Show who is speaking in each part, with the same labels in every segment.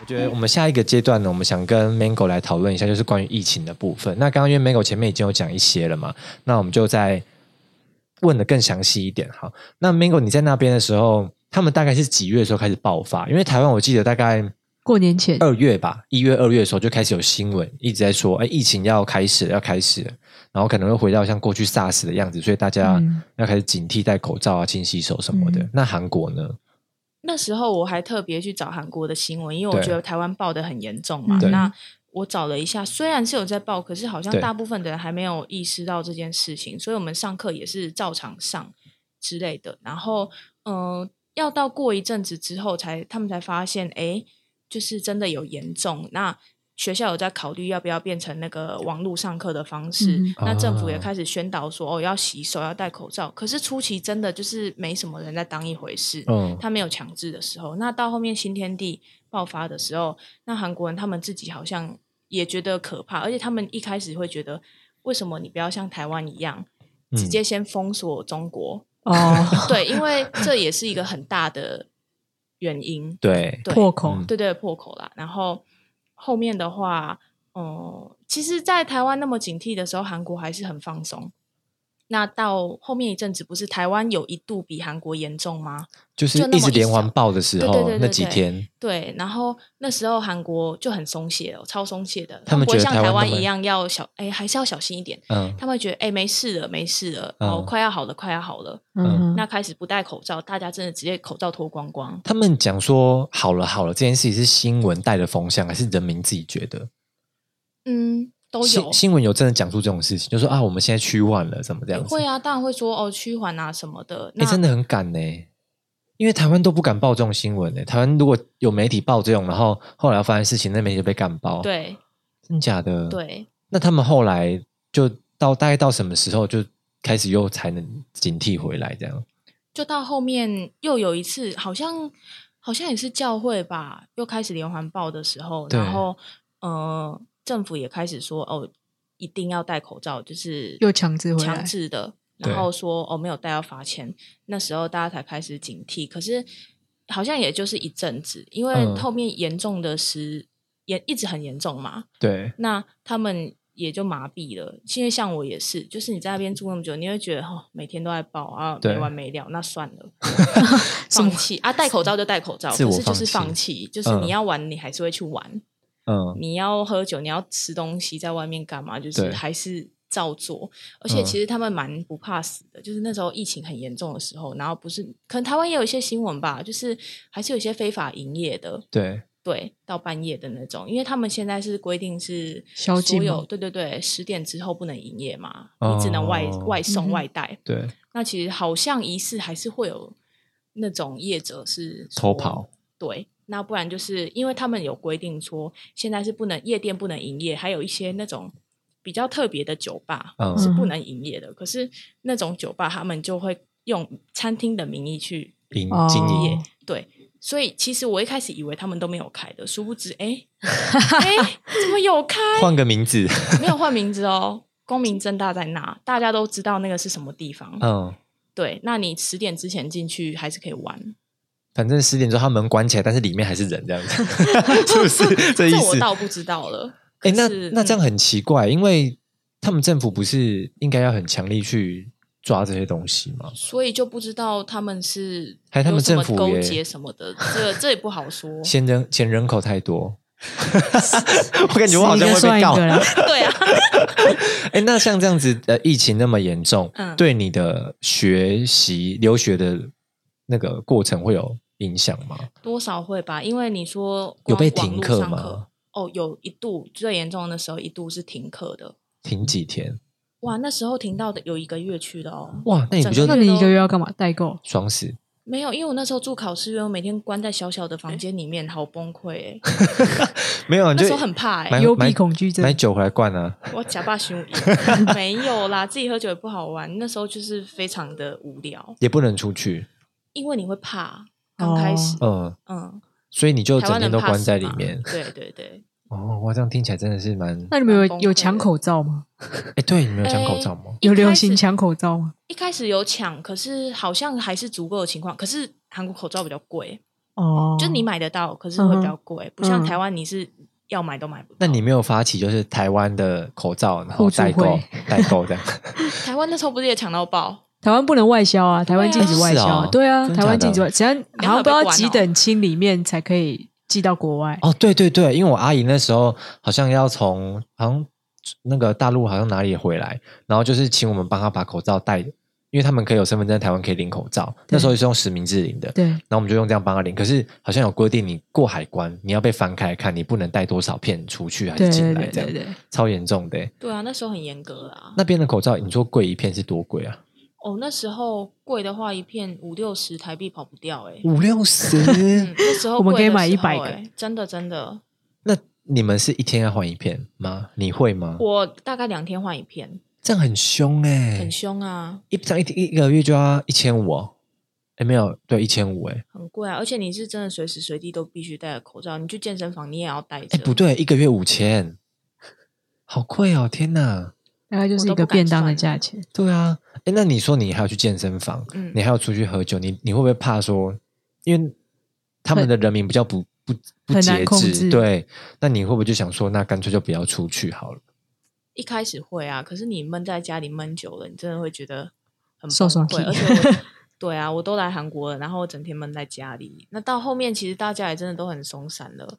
Speaker 1: 我觉得我们下一个阶段呢，我们想跟 Mango 来讨论一下，就是关于疫情的部分。那刚刚因为 Mango 前面已经有讲一些了嘛，那我们就再问的更详细一点。好，那 Mango 你在那边的时候，他们大概是几月的时候开始爆发？因为台湾我记得大概
Speaker 2: 过年前
Speaker 1: 二月吧，一月、二月的时候就开始有新闻一直在说，哎，疫情要开始了，要开始了，然后可能会回到像过去 SARS 的样子，所以大家
Speaker 2: 嗯
Speaker 1: 要开始警惕戴口罩啊、勤洗手什么的。
Speaker 2: 嗯
Speaker 1: 那韩国呢？
Speaker 3: 那时候我还特别去找韩国的新闻，因为我
Speaker 1: 对
Speaker 3: 觉得台湾报的很严重
Speaker 2: 嗯。
Speaker 3: 嘛
Speaker 2: 对
Speaker 3: 那我找了一下，虽然是有在报，可是好像
Speaker 1: 对
Speaker 3: 大部分的人还没有意识到这件事情，所以我们上课也是照常上之类的。然后，嗯、要到过一阵子之后才，他们才发现，哎，就是真的有严重。那学校有在考虑要不要变成那个网络上课的方式，
Speaker 2: 嗯
Speaker 3: 那政府也
Speaker 1: 啊
Speaker 3: 开始宣导说哦要洗手要戴口罩。可是初期真的就是没什么人在当一回事，
Speaker 1: 嗯，
Speaker 3: 他没有强制的时候，那到后面新天地爆发的时候，那韩国人他们自己好像也觉得可怕，而且他们一开始会觉得，为什么你不要像台湾一样，直
Speaker 1: 嗯
Speaker 3: 接先封锁中国？
Speaker 2: 哦，
Speaker 3: 对，因为这也是一个很大的原因，
Speaker 1: 对，
Speaker 3: 对
Speaker 2: 破口
Speaker 1: 嗯
Speaker 3: 对对破口啦。然后后面的话，哦、其实，在台湾那么警惕的时候，韩国还是很放松。那到后面一阵子，不是台湾有一度比韩国严重吗？
Speaker 1: 就是
Speaker 3: 就那
Speaker 1: 一
Speaker 3: 么
Speaker 1: 直
Speaker 3: 一
Speaker 1: 连环
Speaker 3: 小
Speaker 1: 爆的时
Speaker 3: 对
Speaker 1: 候
Speaker 3: 对对对
Speaker 1: 那几
Speaker 3: 对
Speaker 1: 天，
Speaker 3: 对，然后那时候韩国就很松懈哦，超松懈的，
Speaker 1: 他们
Speaker 3: 不会
Speaker 1: 觉得
Speaker 3: 像
Speaker 1: 台
Speaker 3: 台
Speaker 1: 湾那
Speaker 3: 湾
Speaker 1: 么
Speaker 3: 一样要小，哎，还是要小心一点。
Speaker 1: 嗯，
Speaker 3: 他们觉得哎，没事了，没事了，哦
Speaker 1: 嗯，
Speaker 3: 快要好了，快要好了。
Speaker 2: 嗯哼，
Speaker 3: 那开始不戴口罩，大家真的直接口罩脱光光。
Speaker 1: 他们讲说好了好了，这件事情是新闻带的风向，还是人民自己觉得？
Speaker 3: 嗯，都有
Speaker 1: 新。新闻有真的讲出这种事情，就说啊，我们现在趋缓了，怎么这样子？
Speaker 3: 会
Speaker 1: 啊，
Speaker 3: 啊，当然会说哦，趋缓啊什么的。
Speaker 1: 哎、
Speaker 3: 那
Speaker 1: 真的很敢呢、因为台湾都不敢报这种新闻呢、台湾如果有媒体报这种，然后后来发生事情，那媒体就被干爆。，
Speaker 3: 对
Speaker 1: 真假的？。
Speaker 3: 对，
Speaker 1: 那他们后来就到大概到什么时候就开始又才能警惕回来？这样
Speaker 3: 就到后面又有一次，好像好像也是教会吧，又开始连环报的时候，
Speaker 1: 对
Speaker 3: 然后呃，政府也开始说哦，一定要戴口罩，就是
Speaker 2: 又强制回来
Speaker 3: 强制的，
Speaker 1: 对
Speaker 3: 然后说哦没有戴要罚钱，那时候大家才开始警惕，可是好像也就是一阵子，因为
Speaker 1: 嗯
Speaker 3: 后面严重的是严一直很严重嘛，
Speaker 1: 对，
Speaker 3: 那他们也就麻痹了。因为像我也是，就是你在那边住那么久，你会觉得哦，每天都在爆啊，
Speaker 1: 对
Speaker 3: 没完没了，那算 了，
Speaker 2: 什么
Speaker 3: 放弃啊，戴口罩就戴口罩，
Speaker 1: 自我
Speaker 3: 可是就是
Speaker 1: 放
Speaker 3: 放弃，就是
Speaker 1: 嗯
Speaker 3: 你要玩，你还是会去玩；
Speaker 1: 嗯，
Speaker 3: 你要喝酒，你要吃东西，在外面干嘛，就是
Speaker 1: 对
Speaker 3: 还是。照做，而且
Speaker 1: 嗯
Speaker 3: 其实他们蛮不怕死的，就是那时候疫情很严重的时候，然后不是可能台湾也有一些新闻吧，就是还是有一些非法营业的，
Speaker 1: 对，
Speaker 3: 对，到半夜的那种，因为他们现在是规定是
Speaker 2: 宵禁
Speaker 3: 所有
Speaker 2: 吗
Speaker 3: 对对对，十点之后不能营业嘛，你只能外
Speaker 1: 哦
Speaker 3: 外
Speaker 2: 嗯
Speaker 3: 送
Speaker 2: 哼
Speaker 3: 外带。
Speaker 1: 对，
Speaker 3: 那其实好像疑似还是会有那种业者是
Speaker 1: 偷
Speaker 3: 说
Speaker 1: 跑，
Speaker 3: 对，那不然就是因为他们有规定说现在是不能夜店不能营业，还有一些那种比较特别的酒吧
Speaker 1: 嗯
Speaker 3: 是不
Speaker 2: 嗯
Speaker 3: 能营业的，可是那种酒吧他们就会用餐厅的名义去
Speaker 1: 营
Speaker 2: 哦
Speaker 1: 经营
Speaker 3: 也对，所以其实我一开始以为他们都没有开的，殊不知，哎哎，怎么有开？
Speaker 1: 换个名 字，
Speaker 3: 没有换名字哦，光明正大在那，大家都知道那个是什么地方。
Speaker 1: 嗯，
Speaker 3: 对，那你十点之前进去还是可以玩，
Speaker 1: 反正十点之后他门关起来，但是里面还是人这样 子，是不是这意
Speaker 3: 这我
Speaker 1: 思？
Speaker 3: 倒不知道了。
Speaker 1: 哎、
Speaker 3: 可
Speaker 1: 那
Speaker 3: 是
Speaker 1: 那这样
Speaker 3: 嗯
Speaker 1: 很奇怪，因为他们政府不是应该要很强力去抓这些东西吗？
Speaker 3: 所以就不知道他们是
Speaker 1: 还是他们
Speaker 3: 有什么
Speaker 1: 政府
Speaker 3: 勾
Speaker 1: 也。
Speaker 3: 结什么的，这这也不好说
Speaker 1: 嫌人嫌人口太 多，我感觉我好像
Speaker 2: 死一
Speaker 1: 会被
Speaker 2: 个算一
Speaker 1: 告。
Speaker 2: 个啦。
Speaker 3: 对啊，
Speaker 1: 哎、那像这样子，呃，疫情那么严重，
Speaker 3: 嗯
Speaker 1: 对你的学习、留学的那个过程会有影响吗？
Speaker 3: 多少会吧，因为你说
Speaker 1: 有
Speaker 3: 光
Speaker 1: 被
Speaker 3: 网
Speaker 1: 停
Speaker 3: 络
Speaker 1: 课
Speaker 3: 上
Speaker 1: 吗
Speaker 3: 哦，有一度最严重的时候，一度是停课的。
Speaker 1: 停几天？
Speaker 3: 哇，那时候停到的有一个月去了哦。
Speaker 1: 哇，那你不就
Speaker 3: 整
Speaker 2: 那
Speaker 3: 个
Speaker 2: 你一个月要干嘛？代购
Speaker 1: 爽死？
Speaker 3: 没有，因为我那时候住考试院，我每天关在小小的房间里面，好崩溃 哎、
Speaker 1: 没有，你
Speaker 3: 那
Speaker 1: 就
Speaker 3: 时候很怕哎、
Speaker 1: 买
Speaker 2: 幽
Speaker 1: 买
Speaker 2: 闭恐惧症
Speaker 1: 买酒回来灌啊。
Speaker 3: 我假扮熊 没有啦，自己喝酒也不好玩。那时候就是非常的无聊，
Speaker 1: 也不能出去，
Speaker 3: 因为你会怕，刚开始，
Speaker 1: 嗯，
Speaker 3: 嗯，
Speaker 1: 所以你就
Speaker 3: 台
Speaker 1: 整
Speaker 3: 湾
Speaker 1: 天
Speaker 3: 人
Speaker 1: 都
Speaker 3: 怕
Speaker 1: 关
Speaker 3: 死
Speaker 1: 在里
Speaker 3: 嘛
Speaker 1: 面。
Speaker 3: 对对对，
Speaker 1: 哦，哇，这样听起来真的是蛮……
Speaker 2: 那你们
Speaker 3: 蛮
Speaker 2: 有
Speaker 3: 崩
Speaker 2: 有
Speaker 3: 溃
Speaker 2: 抢
Speaker 3: 的
Speaker 2: 口罩吗？
Speaker 1: 哎，对，你们有抢口罩吗？
Speaker 3: 一
Speaker 2: 有流
Speaker 3: 开
Speaker 2: 行
Speaker 3: 始
Speaker 2: 抢口罩吗？
Speaker 3: 一开始有抢，可是好像还是足够的情况。可是韩国口罩比较贵，
Speaker 2: 哦，
Speaker 3: 就你买得到，可是会比较贵，不像
Speaker 2: 嗯
Speaker 3: 台湾你是要买都买不到。
Speaker 1: 那你没有发起就是台湾的口罩，然后代
Speaker 2: 互助
Speaker 1: 购
Speaker 2: 会
Speaker 1: 代购 这样？
Speaker 3: 台湾那时候不是也抢到爆？
Speaker 2: 台湾不能外销啊，台湾禁止外销
Speaker 1: 是
Speaker 2: 啊
Speaker 1: 哦，
Speaker 2: 对啊，
Speaker 1: 真
Speaker 2: 台湾
Speaker 1: 假
Speaker 2: 禁
Speaker 1: 的
Speaker 2: 止外，只要
Speaker 3: 你
Speaker 2: 好
Speaker 3: 好
Speaker 2: 像
Speaker 3: 有
Speaker 2: 不
Speaker 3: 被
Speaker 2: 知道
Speaker 3: 关
Speaker 2: 几
Speaker 3: 哦
Speaker 2: 等清里面才可以寄到国外。
Speaker 1: 哦，对对对，因为我阿姨那时候好像要从好像那个大陆好像哪里回来，然后就是请我们帮她把口罩带，因为他们可以有身份证，台湾可以领口罩，那时候是用实名制领的。
Speaker 2: 对，
Speaker 1: 然后我们就用这样帮她领，可是好像有规定，你过海关你要被翻开看，你不能带多少片出去还
Speaker 2: 对
Speaker 1: 是进
Speaker 2: 对
Speaker 1: 来，
Speaker 2: 对
Speaker 1: 这样
Speaker 2: 对对，
Speaker 1: 超严重的欸。
Speaker 3: 对啊，那时候很严格啊。
Speaker 1: 那边的口罩，你说贵一片是多贵啊？
Speaker 3: 哦，那时候贵的话，一片五六十台币跑不掉哎、欸。
Speaker 1: 五六
Speaker 3: 嗯
Speaker 1: 十？，
Speaker 3: 那时候
Speaker 2: 我们
Speaker 3: 贵
Speaker 2: 可以
Speaker 3: 的
Speaker 2: 买
Speaker 3: 时候
Speaker 2: 100个
Speaker 3: 欸，真的真的，
Speaker 1: 那你们是一天要换一片吗？你会吗？
Speaker 3: 我大概两天换一片，
Speaker 1: 这样很凶哎、
Speaker 3: 很凶啊，
Speaker 1: 一张一一个月就要一千五哦，哎没有，对一千五哎，
Speaker 3: 很贵啊，而且你是真的随时随地都必须戴着口罩，你去健身房你也要戴
Speaker 1: 哎
Speaker 2: 啊
Speaker 3: 着。
Speaker 1: 不对，一个月五千，好贵哦，天哪！
Speaker 2: 大概就
Speaker 3: 我
Speaker 2: 是一
Speaker 3: 都
Speaker 2: 个
Speaker 3: 不敢
Speaker 2: 便当的
Speaker 3: 算
Speaker 2: 价钱。
Speaker 1: 对啊，哎那你说你还要去健身房，
Speaker 3: 嗯
Speaker 1: 你还要出去喝酒，你你会不会怕说，因为他们的人民比较不不不
Speaker 2: 很难
Speaker 1: 节
Speaker 2: 控
Speaker 1: 制，
Speaker 2: 制
Speaker 1: 对，那你会不会就想说，那干脆就不要出去好了？
Speaker 3: 一开始会啊，可是你闷在家里闷久了，你真的会觉得很
Speaker 2: 受
Speaker 3: 崩
Speaker 2: 爽
Speaker 3: 溃
Speaker 2: 气
Speaker 3: 而 且我对啊，我都来韩国了，然后我整天闷在家里，那到后面其实大家也真的都很松散了。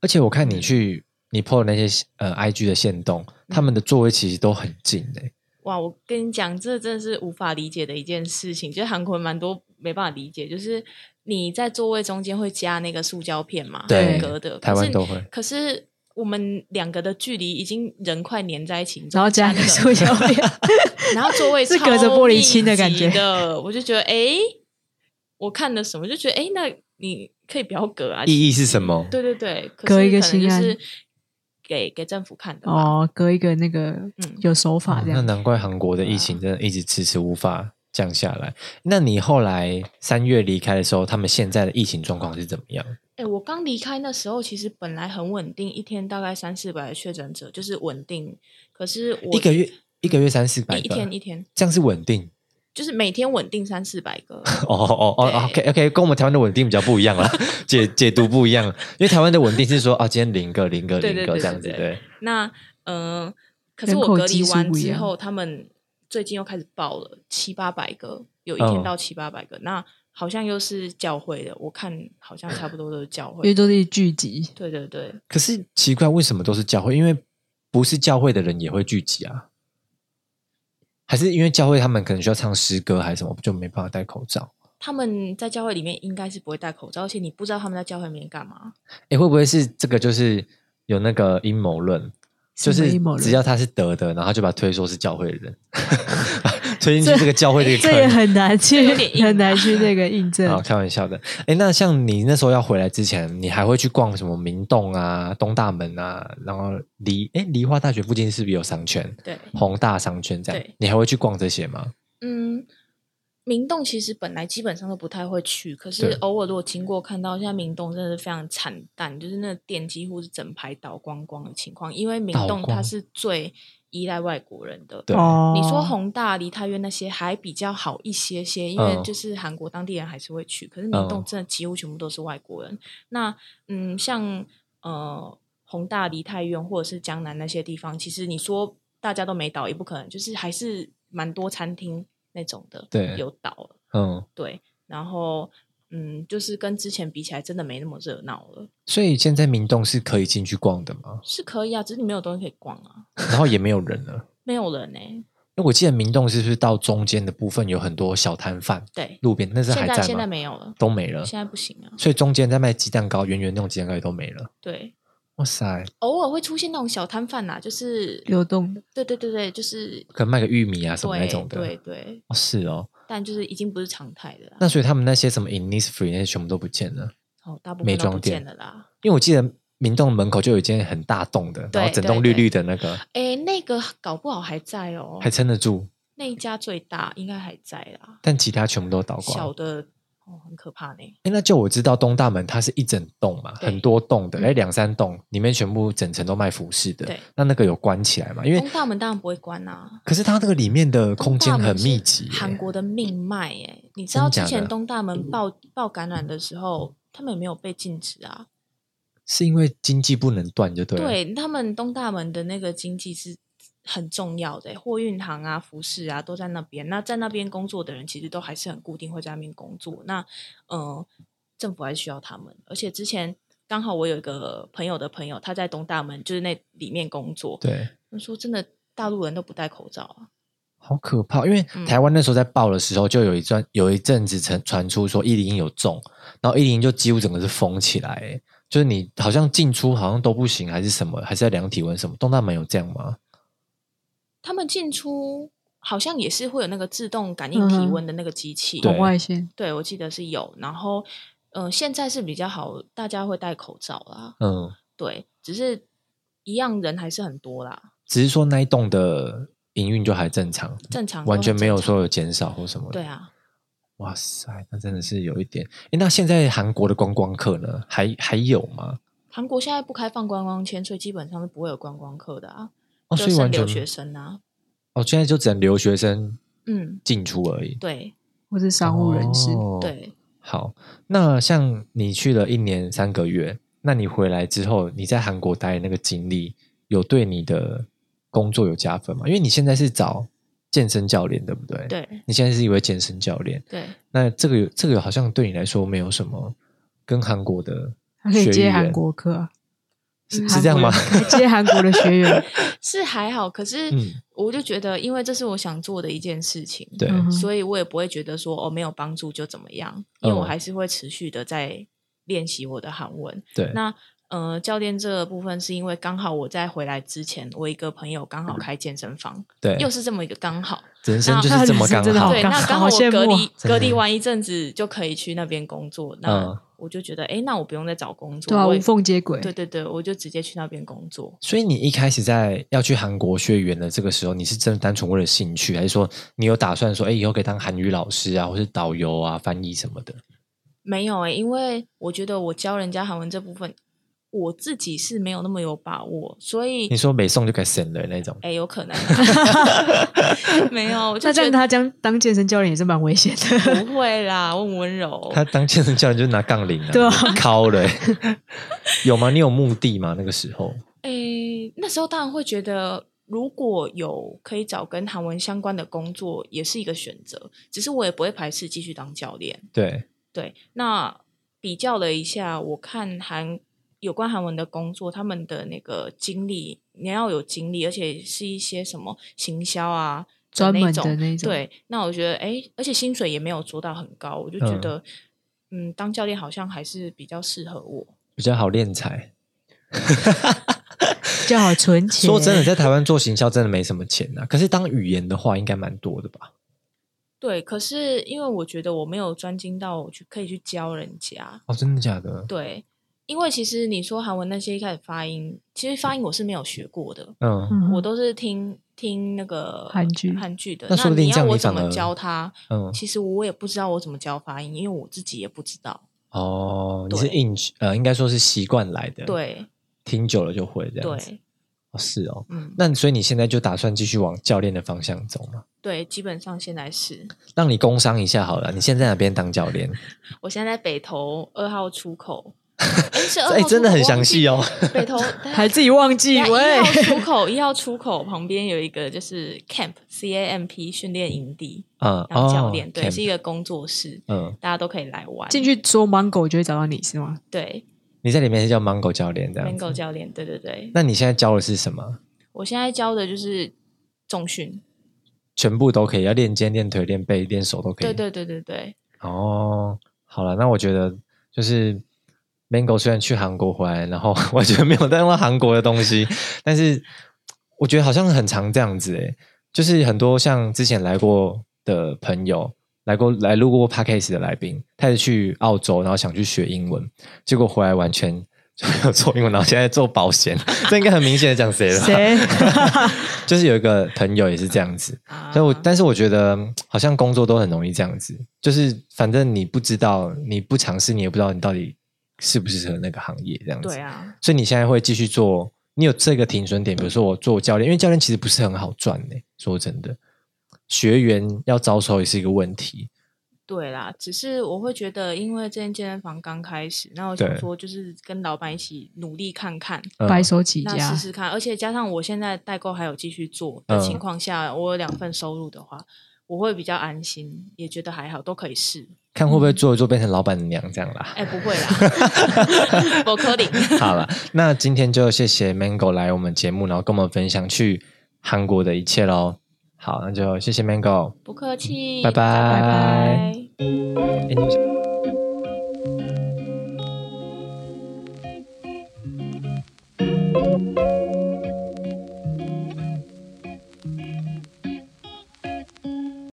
Speaker 1: 而且我看你
Speaker 3: 嗯
Speaker 1: 去你 PO 的那些呃 IG 的线动，他们的座位其实都很近哎、
Speaker 3: 哇，我跟你讲，这真的是无法理解的一件事情。就是韩国人蛮多没办法理解，就是你在座位中间会加那个塑胶片嘛，
Speaker 1: 对
Speaker 3: 横隔的，
Speaker 1: 台湾都
Speaker 3: 可是
Speaker 1: 会
Speaker 3: 可是我们两个的距离已经人快粘在一起，你
Speaker 2: 然后
Speaker 3: 再
Speaker 2: 加
Speaker 3: 那
Speaker 2: 个
Speaker 3: 个
Speaker 2: 塑胶片，
Speaker 3: 然后座 位
Speaker 2: 是隔着
Speaker 3: 超
Speaker 2: 玻璃
Speaker 3: 密
Speaker 2: 亲的感觉
Speaker 3: 集的，我就觉得哎、诶我看了什么就觉得哎、诶那你可以不要隔啊，
Speaker 1: 意义是什么？
Speaker 3: 对对对，可
Speaker 2: 隔
Speaker 3: 是
Speaker 2: 一个
Speaker 3: 可能
Speaker 2: 心安
Speaker 3: 就是给给政府看的嘛，
Speaker 2: 哦，隔一个那个
Speaker 3: 嗯
Speaker 2: 有手法
Speaker 1: 哦
Speaker 2: 这
Speaker 1: 那
Speaker 2: 样。
Speaker 1: 难怪韩国的疫情真的一直迟迟无法降下来。那你后来三月离开的时候，他们现在的疫情状况是怎么样？
Speaker 3: 哎、我刚离开那时候，其实本来很稳定，一天大概三四百的确诊者，就是稳定。可是我
Speaker 1: 一个月一个月三四
Speaker 3: 一
Speaker 1: 百
Speaker 3: 一
Speaker 1: 个，
Speaker 3: 天一天，
Speaker 1: 这样是稳定？
Speaker 3: 就是每天稳定三四百 个。
Speaker 1: 哦哦哦哦，OK
Speaker 3: 对
Speaker 1: OK，跟我们台湾的稳定比较不一样啦， 解解读不一样。因为台湾的稳定是说啊，今天零个零个
Speaker 3: 对
Speaker 1: 零
Speaker 3: 对
Speaker 1: 个
Speaker 3: 对
Speaker 1: 这样子，
Speaker 3: 对
Speaker 1: 对
Speaker 3: 对。那嗯、呃可
Speaker 2: 人
Speaker 3: 是我
Speaker 2: 口
Speaker 3: 隔
Speaker 2: 基
Speaker 3: 离
Speaker 2: 数
Speaker 3: 完
Speaker 2: 不一
Speaker 3: 之
Speaker 2: 样
Speaker 3: 后，他们最近又开始爆了七八百个，有一天
Speaker 1: 嗯
Speaker 3: 到七八百个。那好像又是教会的，我看好像差不多都是教
Speaker 2: 因为
Speaker 3: 会。
Speaker 2: 都是聚集，
Speaker 3: 对对对，
Speaker 1: 可是奇怪，为什么都是教会？因为不是教会的人也会聚集啊？还是因为教会他们可能需要唱诗歌还是什么，就没办法戴口罩？
Speaker 3: 他们在教会里面应该是不会戴口罩，而且你不知道他们在教会里面干嘛。
Speaker 1: 诶，会不会是这个就是有那个阴谋论？就
Speaker 2: 什么
Speaker 1: 是
Speaker 2: 阴谋论
Speaker 1: 只要他是得的，然后他就把他推说是教会的人， 推进去这个教会这个
Speaker 2: 这也
Speaker 1: 坑。
Speaker 2: 很难去
Speaker 3: 有点硬啊
Speaker 2: 很难去那个印
Speaker 3: 嗯
Speaker 2: 证
Speaker 1: 啊，。开玩笑的。诶，那像你那时候要回来之前，你还会去逛什么明洞啊、东大门啊，然后梨诶，梨花大学附近是不是有商圈？
Speaker 3: 对。
Speaker 1: 宏大商圈这样
Speaker 3: 对，
Speaker 1: 你还会去逛这些吗？
Speaker 3: 嗯，明洞其实本来基本上都不太会去，可
Speaker 1: 对
Speaker 3: 是偶尔如果经过看到，现在明洞真的是非常惨淡，就是那个店几乎是整排倒光光的情况，因为明
Speaker 1: 倒
Speaker 3: 洞它
Speaker 1: 光
Speaker 3: 是最依赖外国人的。
Speaker 1: 对，
Speaker 2: 哦，
Speaker 3: 你说宏大、梨泰院那些还比较好一些些，因为
Speaker 1: 嗯
Speaker 3: 就是韩国当地人还是会去，可是
Speaker 1: 嗯
Speaker 3: 明洞真的几乎全部都是外国人。那嗯，像呃宏大、梨泰院或者是江南那些地方，其实你说大家都没倒也不可能，就是还是蛮多餐厅那种的，
Speaker 1: 对
Speaker 3: 有倒了，
Speaker 1: 嗯，
Speaker 3: 对，然后。嗯，就是跟之前比起来，真的没那么热闹了。
Speaker 1: 所以现在明洞是可以进去逛的吗？
Speaker 3: 是可以啊，只是你没有东西可以逛啊，
Speaker 1: 然后也没有人了。
Speaker 3: 没有人呢、欸
Speaker 1: 因为我记得明洞是不是到中间的部分有很多小摊贩，
Speaker 3: 对，
Speaker 1: 路边那是还
Speaker 3: 现
Speaker 1: 在
Speaker 3: 在
Speaker 1: 吗？
Speaker 3: 现在没有了，
Speaker 1: 都没了，
Speaker 3: 现在不行啊。
Speaker 1: 所以中间在卖鸡蛋糕，圆圆那种鸡蛋糕也都没了。
Speaker 3: 对，
Speaker 1: 哇塞，
Speaker 3: 偶尔会出现那种小摊贩呐，就是
Speaker 2: 流动的
Speaker 3: 对对对对，就是
Speaker 1: 可能卖个玉米啊什么那
Speaker 3: 对
Speaker 1: 种的。
Speaker 3: 对对，
Speaker 1: 哦，是哦。
Speaker 3: 但就是已经不是常态的啦。
Speaker 1: 那所以他们那些什么 Innisfree 那些全部都不见了，
Speaker 3: 哦，大部
Speaker 1: 美
Speaker 3: 分都
Speaker 1: 妆
Speaker 3: 不
Speaker 1: 店
Speaker 3: 见了啦。
Speaker 1: 因为我记得明洞门口就有一间很大栋的，
Speaker 3: 对
Speaker 1: 然后整栋绿绿的那个，
Speaker 3: 哎，那个搞不好还在哦，
Speaker 1: 还撑得住，
Speaker 3: 那一家最大应该还在啦，
Speaker 1: 但其他全部都倒光
Speaker 3: 小
Speaker 1: 了。
Speaker 3: 的哦，很可怕呢。
Speaker 1: 哎，那就我知道东大门它是一整栋嘛，
Speaker 3: 对
Speaker 1: 很多栋的，
Speaker 3: 嗯
Speaker 1: 哎，两三栋里面全部整层都卖服饰的
Speaker 3: 对。哦
Speaker 1: 那那个有关起来嘛？因为
Speaker 3: 东大门当然不会关啊，
Speaker 1: 可是它那个里面的空间
Speaker 3: 东大
Speaker 1: 很
Speaker 3: 门是
Speaker 1: 密集耶，
Speaker 3: 韩国的命脉耶，你知
Speaker 1: 真
Speaker 3: 道
Speaker 1: 假
Speaker 3: 之前
Speaker 1: 的嗯
Speaker 3: 东大门爆爆感染的时候，他们也没有被禁止啊。
Speaker 1: 是因为经济不能断就对了。
Speaker 3: 对他们东大门的那个经济是很重要的，货运行啊、服饰啊都在那边。那在那边工作的人其实都还是很固定，会在那边工作。那呃，政府还是需要他们。而且之前刚好我有一个朋友的朋友，他在东大门就是那里面工作，
Speaker 1: 对，
Speaker 3: 他说真的大陆人都不戴口罩啊。
Speaker 1: 好可怕！因为
Speaker 3: 嗯
Speaker 1: 台湾那时候在爆的时候，就有一段有一阵子传传出说一零有中，然后一零就几乎整个是封起来，哎就是你好像进出好像都不行，还是什么，还是要量体温什么。东大门有这样吗？
Speaker 3: 他们进出好像也是会有那个自动感应
Speaker 2: 嗯
Speaker 3: 体
Speaker 2: 哼
Speaker 3: 温的那个机器，
Speaker 1: 对
Speaker 2: 红外线，
Speaker 3: 对我记得是有。然后呃，现在是比较好，大家会戴口罩啦。
Speaker 1: 嗯，
Speaker 3: 对，只是一样人还是很多啦，
Speaker 1: 只是说那一栋的营运就还正常，
Speaker 3: 正嗯常都
Speaker 1: 完全
Speaker 3: 很
Speaker 1: 没有
Speaker 3: 正
Speaker 1: 说有减少或什么的。
Speaker 3: 常。对啊，
Speaker 1: 哇塞，那真的是有一点。诶那现在韩国的观光客呢，还还有吗？
Speaker 3: 韩国现在不开放观光签，所以基本上是不会有观光客的啊，
Speaker 1: 哦，
Speaker 3: 就
Speaker 1: 所以
Speaker 3: 剩
Speaker 1: 完全
Speaker 3: 留学生啊，
Speaker 1: 哦，现在就只能留学生
Speaker 3: 嗯，
Speaker 1: 进出而已。
Speaker 3: 对
Speaker 2: 或是商务人士，
Speaker 1: 哦
Speaker 3: 对，
Speaker 1: 好，那像你去了一年三个月，那你回来之后，你在韩国待的那个经历，有对你的工作有加分吗？因为你现在是找健身教练，对不对？，
Speaker 3: 对
Speaker 1: 你现在是一位健身教练，
Speaker 3: 对，
Speaker 1: 那这个有这个好像对你来说没有什么跟韩国的
Speaker 2: 还可以
Speaker 1: 学
Speaker 2: 接
Speaker 1: 员
Speaker 2: 韩国课啊，
Speaker 1: 是
Speaker 2: 嗯
Speaker 1: 是这样吗？
Speaker 2: 韩国人接韩国的学 员，
Speaker 3: 是还好，可是
Speaker 1: 嗯
Speaker 3: 我就觉得，因为这是我想做的一件事情，
Speaker 1: 对，
Speaker 2: 嗯
Speaker 3: 所以我也不会觉得说哦没有帮助就怎么样，因为我
Speaker 1: 嗯
Speaker 3: 还是会持续的在练习我的韩文。
Speaker 1: 对，
Speaker 3: 那呃，教练这个部分是因为刚好我在回来之前，我一个朋友刚
Speaker 1: 嗯
Speaker 3: 好开健身房，
Speaker 1: 对，
Speaker 3: 又是这么一个刚好。
Speaker 1: 人生就
Speaker 2: 那
Speaker 1: 是这
Speaker 2: 人
Speaker 1: 么
Speaker 2: 生
Speaker 1: 刚
Speaker 2: 真的
Speaker 1: 好，
Speaker 2: 好
Speaker 3: 对，
Speaker 2: 刚
Speaker 3: 那
Speaker 2: 好
Speaker 3: 刚好我
Speaker 2: 羡
Speaker 3: 隔
Speaker 2: 慕哦
Speaker 3: 离
Speaker 1: 真的
Speaker 3: 隔离完一阵子就可以去那边工作，
Speaker 1: 嗯
Speaker 3: 那我就觉得哎，诶那我不用再找工作，
Speaker 2: 对啊，
Speaker 3: 我
Speaker 2: 无
Speaker 3: 也
Speaker 2: 缝接轨，
Speaker 3: 对对对，我就直接去那边工作。
Speaker 1: 所以你一开始在要去韩国学语言的这个时候，你是真的单纯为了兴趣，还是说你有打算说，哎，以后可以当韩语老师啊，或是导游啊、翻译什么的？
Speaker 3: 没有哎、因为我觉得我教人家韩文这部分，我自己是没有那么有把握，所以
Speaker 1: 你说北宋就该省了那种，
Speaker 3: 哎，有 可能 没有，我就
Speaker 2: 那这
Speaker 3: 觉
Speaker 2: 样
Speaker 3: 得
Speaker 2: 他将当健身教练也是蛮危险的，
Speaker 3: 不会啦，我很温 柔。
Speaker 1: 他当健身教练就拿杠铃啊，
Speaker 2: 对啊
Speaker 1: 敲了、欸有吗？你有目的吗？那个时候，
Speaker 3: 诶，那时候当然会觉得，如果有可以找跟韩文相关的工作，也是一个选择。只是我也不会排斥继续当教练。
Speaker 1: 对，
Speaker 3: 对，那比较了一下，我看韩有关韩文的工作，他们的那个经历，你要有经历，而且是一些什么行销啊。
Speaker 2: 专
Speaker 3: 那
Speaker 2: 门
Speaker 3: 种
Speaker 2: 的那种，，
Speaker 3: 对，那我觉得，诶，而且薪水也没有做到很高，我就觉
Speaker 1: 嗯
Speaker 3: 得，嗯当教练好像还是比较适合我。
Speaker 1: 比较好练财。
Speaker 2: 比较好存钱。
Speaker 1: 说真的，，在台湾做行销真的没什么钱啊，可是当语言的话，应该蛮多的吧？
Speaker 3: 对，可是因为我觉得我没有专精到我去可以去教人家。
Speaker 1: 哦，真的假的？
Speaker 3: 对，因为其实你说韩文那些一开始发音，其实发音我是没有学过的，
Speaker 1: 嗯
Speaker 2: 嗯
Speaker 3: 我都是听听那个
Speaker 2: 韩剧
Speaker 3: 韩剧的。
Speaker 1: 那说不定
Speaker 3: 你
Speaker 1: 这
Speaker 3: 要
Speaker 1: 样
Speaker 3: 我
Speaker 1: 你
Speaker 3: 怎
Speaker 1: 反
Speaker 3: 么
Speaker 1: 而
Speaker 3: 教他？
Speaker 1: 嗯，
Speaker 3: 其实我也不知道我怎么教发音，因为我自己也不知道。
Speaker 1: 哦，你是
Speaker 3: 对
Speaker 1: 硬呃，应该说是习惯来的，，
Speaker 3: 对
Speaker 1: 听久了就会这样子。
Speaker 3: 对，
Speaker 1: 哦，是哦。
Speaker 3: 嗯，
Speaker 1: 那所以你现在就打算继续往教练的方向走吗？
Speaker 3: 对，基本上现在是
Speaker 1: 让你工商一下好了，你现在在哪边当教练？
Speaker 3: 我现在在北投二号出 口，诶是二
Speaker 1: 哎、
Speaker 3: 号出
Speaker 1: 真的
Speaker 3: 口
Speaker 1: 很
Speaker 3: 我忘
Speaker 1: 详
Speaker 3: 记
Speaker 1: 细哦。
Speaker 3: 北投
Speaker 2: 还自己忘记喂
Speaker 3: 一号，出口， 一号出口旁边有一个就是 camp C A M P 训练营地，
Speaker 1: 嗯，
Speaker 3: 当教
Speaker 1: 哦
Speaker 3: 练、对，
Speaker 1: camp
Speaker 3: 是一个工作室，
Speaker 1: 嗯，
Speaker 3: 大家都可以来玩。
Speaker 2: 进去说 mango 就会找到你是吗？
Speaker 3: 对
Speaker 1: 你在里面是叫 Mango 教练这样子。
Speaker 3: ，Mango 教练，对对对。
Speaker 1: 那你现在教的是什么？
Speaker 3: 我现在教的就是重训，
Speaker 1: 全部都可以，要练肩、练腿、练背、练手都可以。
Speaker 3: 对对对对对，
Speaker 1: 哦，好了，那我觉得就是 Mango 虽然去韩国回来，然后 我觉得没有带到韩国的东 西，但是我觉得好像很常这样子诶、欸就是很多像之前来过的朋友。来过来录过 podcast 的来宾，他也去澳洲，然后想去学英文，结果回来完全就没有做英文，然后现在做保险， 这应该很明显的讲谁了吧？
Speaker 2: 谁？
Speaker 1: 就是有一个朋友也是这样子，
Speaker 3: 啊
Speaker 1: 所以我但是我觉得嗯好像工作都很容易这样子，就是反正你不知道，你不尝试，你也不知道你到底适不适合那个行业这样子。
Speaker 3: 对啊，
Speaker 1: 所以你现在会继续做，你有这个停损点，比如说我做教练，因为教练其实不是很好赚呢、说真的，学员要招收也是一个问题。
Speaker 3: 对啦，只是我会觉得，因为这间健身房刚开始，那我想
Speaker 1: 对
Speaker 3: 说，就是跟老板一起努力看看，
Speaker 1: 嗯
Speaker 2: 白手起
Speaker 3: 那
Speaker 2: 家
Speaker 3: 试，试看。而且加上我现在代购还有继续做的
Speaker 1: 嗯
Speaker 3: 情况下，我有两份收入的话，我会比较安心，也觉得还好，都可以试。
Speaker 1: 看会不会做一做变成老板娘这样啦。
Speaker 3: 哎、不会啦， 我科 林。
Speaker 1: 好了，那今天就谢谢 Mango 来我们节目，然后跟我们分享去韩国的一切喽。好，那就谢谢 Mango。
Speaker 3: 不客气，
Speaker 1: 拜拜
Speaker 3: 拜拜
Speaker 1: 哎你有想